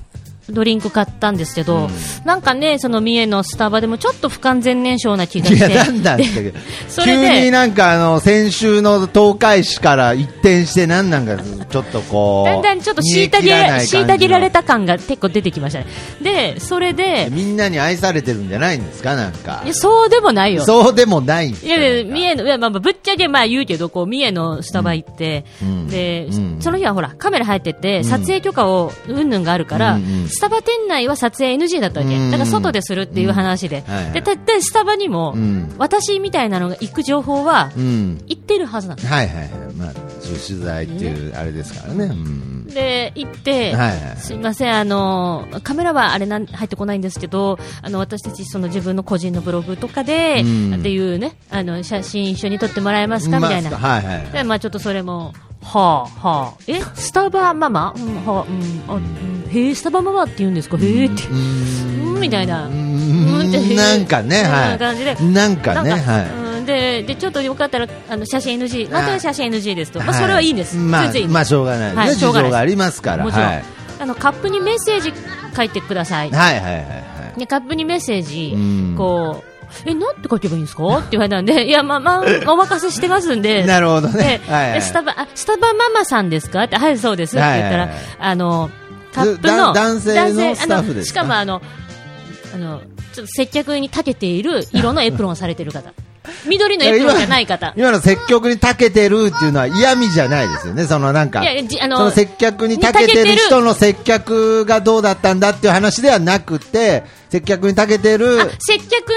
Speaker 1: ドリンク買ったんですけど、なんかね、その三重のスタバでもちょっと不完全燃焼な気が
Speaker 3: い
Speaker 1: し
Speaker 3: や、
Speaker 1: て。
Speaker 3: なんなんですけど
Speaker 1: それで
Speaker 3: 急になんかあの、先週の東海市から一転して、なんなんか、ちょっとこう。
Speaker 1: だんだんちょっと
Speaker 3: 煮え
Speaker 1: 虐
Speaker 3: 切
Speaker 1: げ
Speaker 3: らない感じの
Speaker 1: 虐げられた感が結構出てきましたね。で、それで、
Speaker 3: みんなに愛されてるんじゃないんですか、なんか
Speaker 1: い。やそうでもないよ。
Speaker 3: そうでもないんです
Speaker 1: い
Speaker 3: か
Speaker 1: やいや、三
Speaker 3: なんか
Speaker 1: 重の、いや、まあ、まあぶっちゃけ、まあ、言うけど、こう、三重のスタバ行って、
Speaker 3: うん
Speaker 1: で、
Speaker 3: うん
Speaker 1: その日はほら、カメラ入ってて、
Speaker 3: ん
Speaker 1: 撮影許可を、うんぬんがあるから、
Speaker 3: うんうん
Speaker 1: スタバ店内は撮影 NG だったわけ。
Speaker 3: うんうん
Speaker 1: だから、外でするっていう話で。
Speaker 3: うんはいはい
Speaker 1: で、絶対スタバにも、
Speaker 3: うん
Speaker 1: 私みたいなのが行く情報は、
Speaker 3: うん。
Speaker 1: 行ってるはずなの。
Speaker 3: はいはいはい。まあ、取材っていう、あれですからね。うん。
Speaker 1: で、行って、
Speaker 3: はいはい
Speaker 1: すいません、あの、カメラはあれなん、入ってこないんですけど、あの、私たち、その自分の個人のブログとかで、
Speaker 3: うん
Speaker 1: っていうね、あの、写真一緒に撮ってもらえますかみたいな。
Speaker 3: まあはいはいはい。
Speaker 1: で、まあちょっとそれも、はあ、はあ、え、スタバママうん、はあ、うん、あ、うん、へえ、スタバママって言うんですかへえって、うん、みたいな。うんって
Speaker 3: なんかね、
Speaker 1: そん
Speaker 3: は。
Speaker 1: ない感じで
Speaker 3: なんかね、
Speaker 1: なんか
Speaker 3: はい。
Speaker 1: うんで、で、ちょっとよかったら、あの、写真 NG、まあ、とりあえず写真 NG ですと。まあ、
Speaker 3: い
Speaker 1: それはいいんです。
Speaker 3: まあ
Speaker 1: 全然いい、です
Speaker 3: まあ、しょうがない。
Speaker 1: はい
Speaker 3: ね
Speaker 1: しょう
Speaker 3: 事
Speaker 1: がない
Speaker 3: 情がありますから。
Speaker 1: もちろん、
Speaker 3: はい。
Speaker 1: あの、カップにメッセージ書いてください。
Speaker 3: はいはいはいはい。
Speaker 1: で、カップにメッセージ、
Speaker 3: うん
Speaker 1: こう、え、なんて書けばいいんですかって言われたんで、いや、まあまあ、お任せしてますんで。
Speaker 3: なるほどね
Speaker 1: で。
Speaker 3: はいはい
Speaker 1: でスタバ、あ、スタバママさんですかって、はい、そうです。って言ったら、
Speaker 3: はいはいはい
Speaker 1: あの、カップの、
Speaker 3: だ男性のスタッフですか
Speaker 1: あのしかもあの、あの、ちょっと接客に長けている色のエプロンをされてる方。緑のエプロンじゃない方。
Speaker 3: 今の接客に長けてるっていうのは嫌味じゃないですよね、そのなんか、
Speaker 1: いやいやじあの
Speaker 3: その接客に長けて
Speaker 1: に長けて
Speaker 3: る
Speaker 1: る
Speaker 3: 人の接客がどうだったんだっていう話ではなくて、接客に長けてる、
Speaker 1: あ、 接客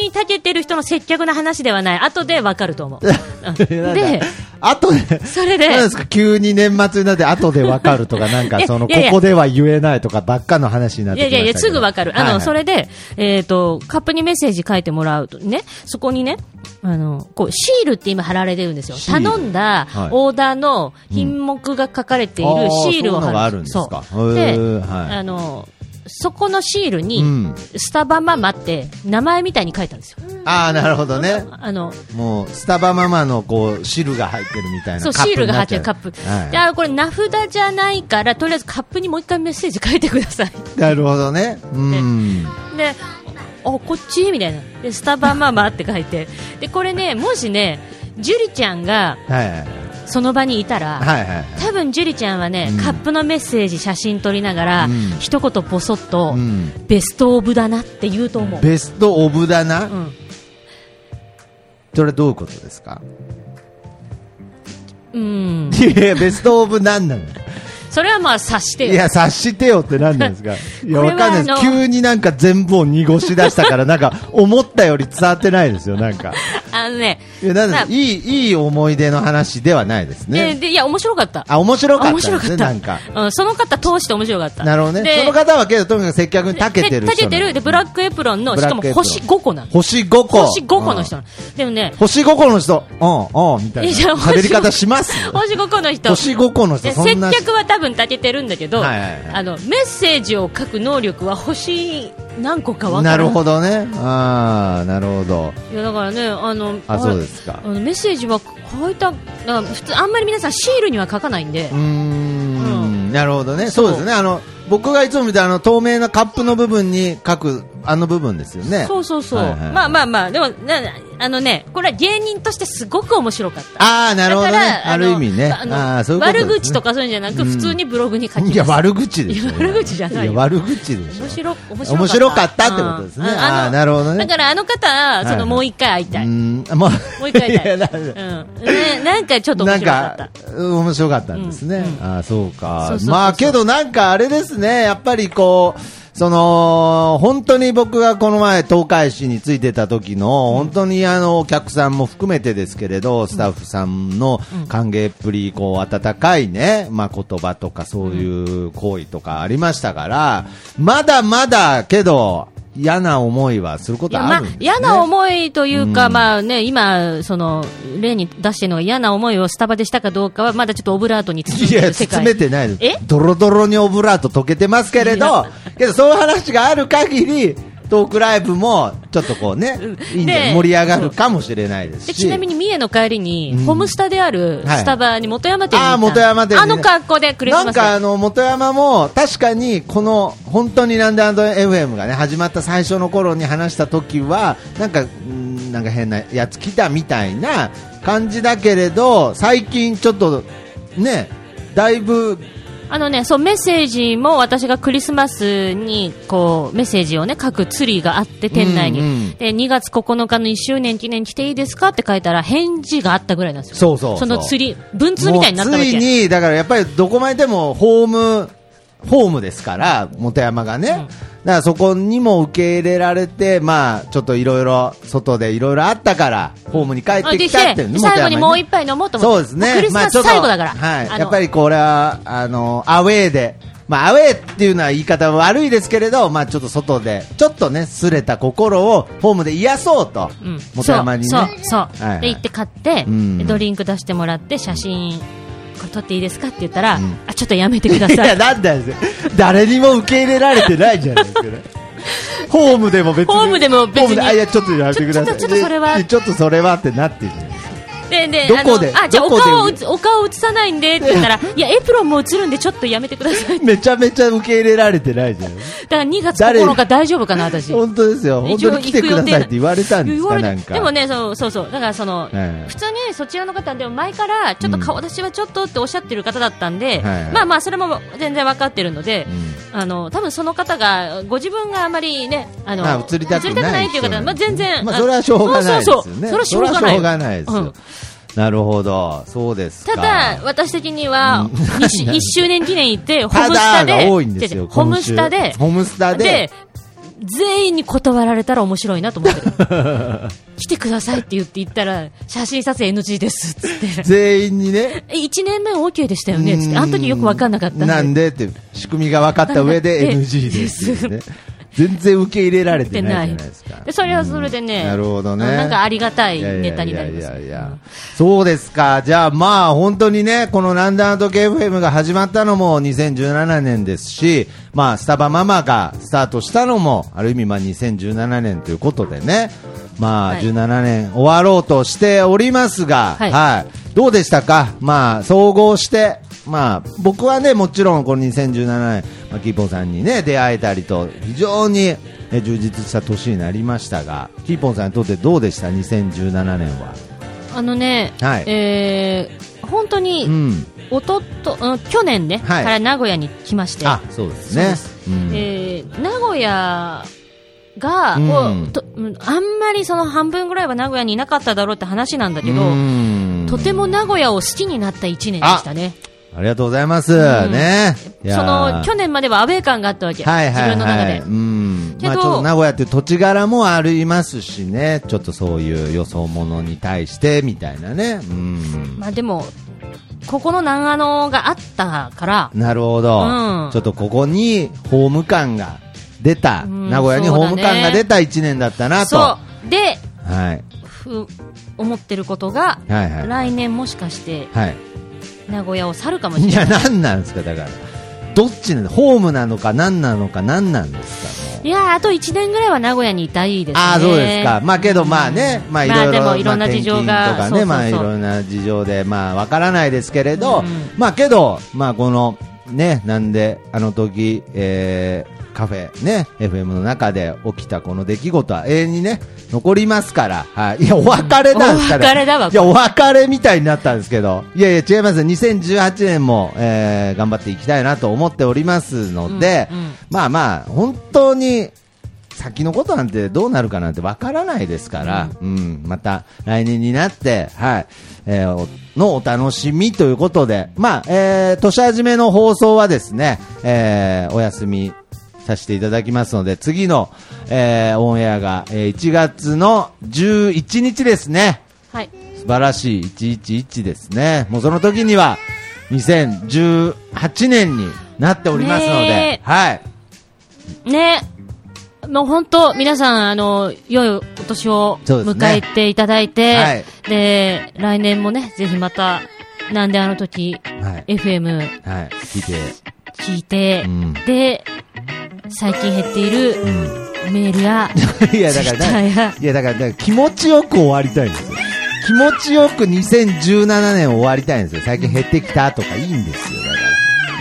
Speaker 1: に長けてる人の接客の話ではない。後でわかると思う。 うんで、
Speaker 3: あとで、
Speaker 1: それで
Speaker 3: なんですか、急に年末になって、後でわかるとか、なんか、
Speaker 1: いや
Speaker 3: その、
Speaker 1: い
Speaker 3: こ
Speaker 1: やいや
Speaker 3: こでは言えないとかばっかの話になっ
Speaker 1: い
Speaker 3: てき
Speaker 1: や
Speaker 3: まし
Speaker 1: い
Speaker 3: た
Speaker 1: やいや、
Speaker 3: けど
Speaker 1: すぐわかる。あの、
Speaker 3: はいはい
Speaker 1: それで、えっ、と、カップにメッセージ書いてもらうとね、そこにね、あの、こう、シールって今貼られてるんですよ。
Speaker 3: シール
Speaker 1: 頼んだ
Speaker 3: はい
Speaker 1: オーダーの品目が書かれている
Speaker 3: うんあー
Speaker 1: シールを貼る。
Speaker 3: そういうのがあるんですか
Speaker 1: そう
Speaker 3: へ
Speaker 1: で、
Speaker 3: ーはい
Speaker 1: あの、そこのシールに、
Speaker 3: うん
Speaker 1: スタバママって名前みたいに書いたんですよ。
Speaker 3: ああ、なるほどね。
Speaker 1: あの、
Speaker 3: もう、スタバママの、こう、汁が入ってるみたいな。
Speaker 1: そう、
Speaker 3: カッ
Speaker 1: シー
Speaker 3: プ
Speaker 1: ル
Speaker 3: に
Speaker 1: が
Speaker 3: な
Speaker 1: 貼っ
Speaker 3: っち
Speaker 1: て
Speaker 3: ゃう
Speaker 1: るカップ。
Speaker 3: はい
Speaker 1: で、あの、これ名札じゃないから、とりあえずカップにもう一回メッセージ書いてください。
Speaker 3: なるほどね。うん。
Speaker 1: で、あ、こっちみたいな。で、スタバママって書いて。で、これね、もしね、ジュリちゃんが
Speaker 3: はいはい。
Speaker 1: その場にいたら、
Speaker 3: はいはい。
Speaker 1: 多分ジュリちゃんはね、
Speaker 3: うん
Speaker 1: カップのメッセージ、写真撮りながら、
Speaker 3: うん
Speaker 1: 一言ぼそっと、
Speaker 3: うん
Speaker 1: ベストオブだなって言うと思う。
Speaker 3: ベストオブだな、
Speaker 1: うん、
Speaker 3: それはどういうことですか
Speaker 1: うん、
Speaker 3: いや、ベストオブなんなの
Speaker 1: それはまあ察して
Speaker 3: い
Speaker 1: よ
Speaker 3: や、察してよって何なん ですかいや、
Speaker 1: これは
Speaker 3: わかんないで
Speaker 1: あ
Speaker 3: す。
Speaker 1: の
Speaker 3: 急になんか全部を濁し出したから、なんか、思ったより伝わってないですよ、なん か。
Speaker 1: あのね
Speaker 3: いや、なん
Speaker 1: まあ
Speaker 3: でいい、いい思い出の話ではないです
Speaker 1: で
Speaker 3: ね。
Speaker 1: でいや面白かった
Speaker 3: あ、面白かった
Speaker 1: 面
Speaker 3: です
Speaker 1: 白
Speaker 3: ね、
Speaker 1: かった
Speaker 3: なんか。
Speaker 1: うん、その方通して面白かった
Speaker 3: なるほどね。
Speaker 1: で
Speaker 3: その方はけど、とにかく接客に長けてる人なの。
Speaker 1: で長けてるでブラックエプロンの
Speaker 3: ブ
Speaker 1: し
Speaker 3: ラッ
Speaker 1: か
Speaker 3: クエ
Speaker 1: も
Speaker 3: プロン
Speaker 1: 星5個なの
Speaker 3: 星5個。
Speaker 1: 星5個の人
Speaker 3: うん
Speaker 1: なの、でもね
Speaker 3: 星5個の人。うん、うん、みたい
Speaker 1: いや
Speaker 3: な。
Speaker 1: 星
Speaker 3: 喋り方します
Speaker 1: 星5個の人
Speaker 3: 星5個の人、
Speaker 1: で
Speaker 3: そ
Speaker 1: 接
Speaker 3: んな人。
Speaker 1: 客は多分立ててるんだけど、
Speaker 3: はいはいはい
Speaker 1: あのメッセージを書く能力は星何個か分か
Speaker 3: な
Speaker 1: ら
Speaker 3: るほ
Speaker 1: ど
Speaker 3: どね。ああ、なるほど。
Speaker 1: いやだからねあの
Speaker 3: あ、
Speaker 1: れ
Speaker 3: そうですか
Speaker 1: あ。のメッセージは書いたなんか普通あんまり皆さんシールには書かないんで
Speaker 3: うーん、なるほどね。
Speaker 1: そ
Speaker 3: そううですね。あの、僕がいつも見たあの、透明なカップの部分に書く、あの部分ですよね。
Speaker 1: そうそうそう、
Speaker 3: はいはい
Speaker 1: まあまあまあでもなあのねこれは芸人としてすごく面白かった
Speaker 3: ああ、なるほどね。
Speaker 1: だから
Speaker 3: ある意味ね。
Speaker 1: あの
Speaker 3: ああ、そういうことです
Speaker 1: 悪
Speaker 3: ね
Speaker 1: 口と。かそういうんじゃなく、
Speaker 3: うん
Speaker 1: 普通にブログに書きます
Speaker 3: いや、悪口ですよ
Speaker 1: いや 悪口じゃないよ
Speaker 3: や悪口でしょ。
Speaker 1: 面白面白
Speaker 3: 面白かったってことですね。
Speaker 1: うん
Speaker 3: ああー、
Speaker 1: の
Speaker 3: なるほど
Speaker 1: だ
Speaker 3: ね。
Speaker 1: からあの方そ
Speaker 3: はいは
Speaker 1: の
Speaker 3: い
Speaker 1: もう一回会いうたい、
Speaker 3: ーん、もう、
Speaker 1: もう一回会いたい
Speaker 3: やなんか
Speaker 1: うんね、なんかちょっと面
Speaker 3: なん
Speaker 1: 白かった
Speaker 3: か、うん面白かったんですね。
Speaker 1: うん
Speaker 3: ああ、そうか。
Speaker 1: そうそうそうそう
Speaker 3: まあ、けどなんかあれですね、やっぱりこう、その、本当に僕がこの前東海市についてた時の、本当にあの、お客さんも含めてですけれど、スタッフさんの歓迎っぷり、こう、温かいね、まあ、言葉とかそういう行為とかありましたから、まだまだ、けど、嫌な思いはするこ
Speaker 1: い
Speaker 3: と
Speaker 1: や
Speaker 3: は
Speaker 1: ま
Speaker 3: あ
Speaker 1: あ
Speaker 3: るんですね。
Speaker 1: 嫌な思いというか、
Speaker 3: うん
Speaker 1: まあね、今、その例に出してるのが嫌な思いをスタバでしたかどうかは、まだちょっとオブラートに包ん
Speaker 3: い
Speaker 1: で
Speaker 3: や、
Speaker 1: る 世
Speaker 3: 包
Speaker 1: 界
Speaker 3: めてないで
Speaker 1: え
Speaker 3: す。ドロドロにオブラート溶けてますけれ
Speaker 1: い
Speaker 3: ど
Speaker 1: や、
Speaker 3: けどそういう話がある限り、トークライブも、ちょっとこ うね、いいんじゃない
Speaker 1: で
Speaker 3: 盛り上がるかもしれないです
Speaker 1: で
Speaker 3: し。
Speaker 1: ちなみに三重の帰りに、ホームスタである
Speaker 3: はい
Speaker 1: スタバに元山店に行った
Speaker 3: あー元山店に
Speaker 1: あ
Speaker 3: ね
Speaker 1: の格好でクリス
Speaker 3: な
Speaker 1: マ
Speaker 3: ん
Speaker 1: スで
Speaker 3: かあの、元山も、確かに、この、本当になんで &FM がね、始まった最初の頃に話した時は、なんか、うんなんか変なやつ来たみたいな感じだけれど、最近ちょっと、ね、だいぶ、
Speaker 1: あのね、そうメッセージも私がクリスマスにこうメッセージをね書くツリーがあって店内に、
Speaker 3: うんうん
Speaker 1: で2月9日の1周年記念来ていいですかって書いたら返事があったぐらいなんですよ。
Speaker 3: そうそうそう
Speaker 1: のツリー文通みたいになったわけ。
Speaker 3: もうついにだからやっぱりどこまででもホームホームですから元山がね、だからそこにも受け入れられてまあちょっといろいろ外でいろいろあったからホームに帰ってきたっていう
Speaker 1: で
Speaker 3: ね元
Speaker 1: 最後
Speaker 3: 山
Speaker 1: に
Speaker 3: ね
Speaker 1: もう一杯飲もうと思って
Speaker 3: そうですね
Speaker 1: もクリスマス
Speaker 3: まあちょっと
Speaker 1: 最後だから、
Speaker 3: はい、
Speaker 1: あの
Speaker 3: やっぱりこれはあのアウェーでまあ、アウェーっていうのは言い方悪いですけれど、まあ、ちょっと外で、ちょっとね、すれた心をホームで癒そうと、
Speaker 1: うん、
Speaker 3: 元山にね。
Speaker 1: そうそうそう、
Speaker 3: はいはい
Speaker 1: で行って買って、
Speaker 3: うん
Speaker 1: でドリンク出してもらって写真これ撮っていいですかって言ったら、
Speaker 3: ん
Speaker 1: あちょっとやめてくださ
Speaker 3: い
Speaker 1: い
Speaker 3: や、なんだよ。誰にも受け入れられてないじゃないですか、ね。ホームでも別に。
Speaker 1: ホームでも別に
Speaker 3: ホームであ、いや、ちょっとやめてください。
Speaker 1: ちょちょっとちょっとそれは
Speaker 3: でちょっとそれはってなってるじゃないですか。
Speaker 1: ででで
Speaker 3: どこで
Speaker 1: あのあじゃあお
Speaker 3: どこで
Speaker 1: 顔を映お顔を映さないんでって言ったらいやエプロンも映るんでちょっとやめてくださいだか
Speaker 3: めちゃめちゃ受け入れられてないじゃん。
Speaker 1: ら2月
Speaker 3: 誰
Speaker 1: 9日大丈夫かな私
Speaker 3: 本当ですよ。本
Speaker 1: 一応
Speaker 3: 当に来てくださいって言われたんです
Speaker 1: 言わ
Speaker 3: か
Speaker 1: れて
Speaker 3: なんか。
Speaker 1: でもねそうそうそうだからその、
Speaker 3: ええ
Speaker 1: 普通にそちらの方でも前からちょっと顔出しはちょっとっておっしゃってる方だったんで、
Speaker 3: はいはい
Speaker 1: まあまあそれも全然分かってるので、
Speaker 3: う
Speaker 1: あの多分その方がご自分があまりねあの
Speaker 3: まあ映りたくない
Speaker 1: っていう方は、まあ、全然、
Speaker 3: まあ、それはしょうがないですよ
Speaker 1: そう
Speaker 3: ね。
Speaker 1: そうそうそれはしょうがない
Speaker 3: それはしょうがないですよ。
Speaker 1: うん
Speaker 3: なるほど。そうですか。
Speaker 1: ただ、私的には、
Speaker 3: うん
Speaker 1: 1, 周年記念行 って、ホ
Speaker 3: た
Speaker 1: ムス
Speaker 3: だ
Speaker 1: タ
Speaker 3: が
Speaker 1: で、
Speaker 3: 多いんですよ。
Speaker 1: ホムスタで
Speaker 3: 今週、ホムスタで
Speaker 1: で、全員に断られたら面白いなと思って る。来てくださいって言って言ったら、写真撮影 NG です、つって。
Speaker 3: 全員にね、
Speaker 1: え、1年目は OK でしたよね、つって。あの時よく分かんなかったんで。
Speaker 3: なんでって、仕組みが分かった上で
Speaker 1: わかんな
Speaker 3: NG ですよね。全然受け入れられてないじゃないですか。
Speaker 1: でそれはそれでね、
Speaker 3: うんなるほどね。
Speaker 1: なんかありがたい
Speaker 3: いやいやいや
Speaker 1: ネタになります
Speaker 3: い。やいやいやそうですか。じゃあまあ本当にね、このランダード系 FM が始まったのも2017年ですし、まあスタバママがスタートしたのも、ある意味まあ2017年ということでね、まあ
Speaker 1: はい
Speaker 3: 17年終わろうとしておりますが、は、
Speaker 1: はいい
Speaker 3: どうでしたかまあ総合して、まあ僕はね、もちろんこの2017年、まあ、キーポンさんにね、出会えたりと、非常にね充実した年になりましたが、キーポンさんにとってどうでした ?2017 年は。
Speaker 1: あのね、
Speaker 3: はい
Speaker 1: えー本当に、
Speaker 3: うん。
Speaker 1: おとと、うん去年ね、
Speaker 3: はい
Speaker 1: から名古屋に来まして。
Speaker 3: あ、そうです
Speaker 1: そう
Speaker 3: ね
Speaker 1: で。す
Speaker 3: うん
Speaker 1: えー名古屋が、
Speaker 3: うん
Speaker 1: こうとうんあんまりその半分ぐらいは名古屋にいなかっただろうって話なんだけど、
Speaker 3: うん
Speaker 1: とても名古屋を好きになった1年でしたね。
Speaker 3: ありがとうございます。
Speaker 1: ん
Speaker 3: ね。いや
Speaker 1: そ
Speaker 3: ー
Speaker 1: の去年まではアウェー感があったわけ、
Speaker 3: はいはい
Speaker 1: 自分の中
Speaker 3: はい。
Speaker 1: で
Speaker 3: う。ん。
Speaker 1: け
Speaker 3: ま
Speaker 1: ど
Speaker 3: あちょっと名古屋っていう土地柄もありますしね。ちょっとそういう予想ものに対してみたいなね。うん。
Speaker 1: まあでも、ここの長野があったから、
Speaker 3: なるほど、
Speaker 1: うん
Speaker 3: ちょっとここにホーム感が出た、
Speaker 1: うん
Speaker 3: 名古屋に
Speaker 1: そう
Speaker 3: ホ
Speaker 1: だ
Speaker 3: ー
Speaker 1: ね
Speaker 3: ム感が出た一年だったなと。は
Speaker 1: そう。で、
Speaker 3: い。はい
Speaker 1: ふ思ってることが、
Speaker 3: はいはい。
Speaker 1: 来年もしかして
Speaker 3: はい。
Speaker 1: 名古屋を去るかもし
Speaker 3: い
Speaker 1: れな
Speaker 3: や、
Speaker 1: い。
Speaker 3: なんなんですか、だから。どっちなのホームなのか、何なのか、何なんですか、もう
Speaker 1: いやーあと1年ぐらいは名古屋にいたいですね。
Speaker 3: ああ、そうですか。まあ、けど、まあね、まあ、い
Speaker 1: まあ
Speaker 3: ろいろ、
Speaker 1: でもいろんな事情が
Speaker 3: まあ転勤とかね、まあ、い
Speaker 1: そうそうそう
Speaker 3: ろんな事情で、まあ、わからないですけれど、
Speaker 1: うん
Speaker 3: まあ、けど、まあ、この、ね、なんで、あの時、えー、カフェ、ね、FM の中で起きたこの出来事は永遠にね、残りますから、はい。いや、お別れなんですから、
Speaker 1: お別れだわ
Speaker 3: いや、お別れみたいになったんですけど、いやいや、違います。2018年も、えー、頑張っていきたいなと思っておりますので、
Speaker 1: うんうん
Speaker 3: まあまあ、本当に、先のことなんてどうなるかなんてわからないですから、うん、また来年になって、はい、えーおのお楽しみということで、まあ、えー年始めの放送はですね、えーお休みさせていただきますので、次の、えーオンエアが、えー1月の11日ですね。
Speaker 1: はい。
Speaker 3: 素晴らしい111ですね。もうその時には、2018年になっておりますので、
Speaker 1: ねえ
Speaker 3: はい。
Speaker 1: ね。もう本当、皆さん、あの、良いお年を
Speaker 3: そうですね
Speaker 1: 迎えていただいて、で
Speaker 3: はい
Speaker 1: 来年もね、ぜひまた、なんであの時、
Speaker 3: はい。
Speaker 1: FM
Speaker 3: はい。聞いて。
Speaker 1: 聞いて、
Speaker 3: うん
Speaker 1: で、最近減っている
Speaker 3: うん。
Speaker 1: メール や、
Speaker 3: いや、だから
Speaker 1: Twitter
Speaker 3: ね、
Speaker 1: や、
Speaker 3: いや、だから、だから気持ちよく終わりたいんですよ。気持ちよく2017年終わりたいんですよ。最近減ってきたとかいいんですよ。だから。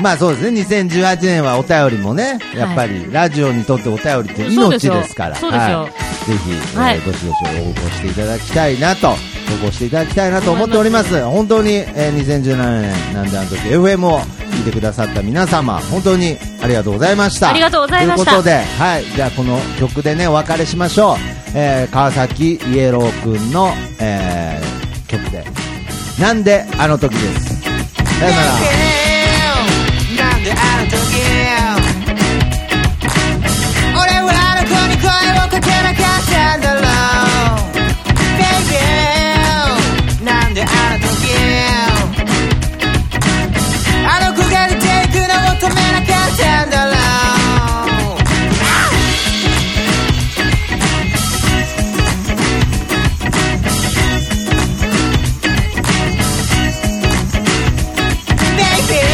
Speaker 3: まあそうですね。2018年はお便りもね、やっぱりラジオにとってお便りって
Speaker 1: そうです
Speaker 3: 命
Speaker 1: よ
Speaker 3: ですから。
Speaker 1: そうですよ
Speaker 3: はいぜひ、
Speaker 1: はい
Speaker 3: えーどしどし応募していただきたいなと、応募していただきたいなと思っております。本当に、えー2017年、なんであの時 FM を聞いてくださった皆様、本当にありがとうございました。
Speaker 1: ありがとうございました
Speaker 3: ということで、はい、じゃあこの曲でね、お別れしましょう。えー川崎イエローくんの、えー曲で、なんであの時です。さよなら。
Speaker 4: なんであの時俺はあの子に声をかけなかったんだろう Baby なんであの時あの子が出ていくのを止めなかったんだろう「Baby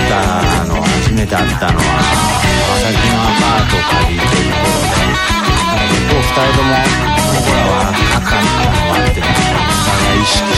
Speaker 3: てあったのは川崎のアパートを借りてる頃で結構二人とも僕らは仲良くなってお互い意識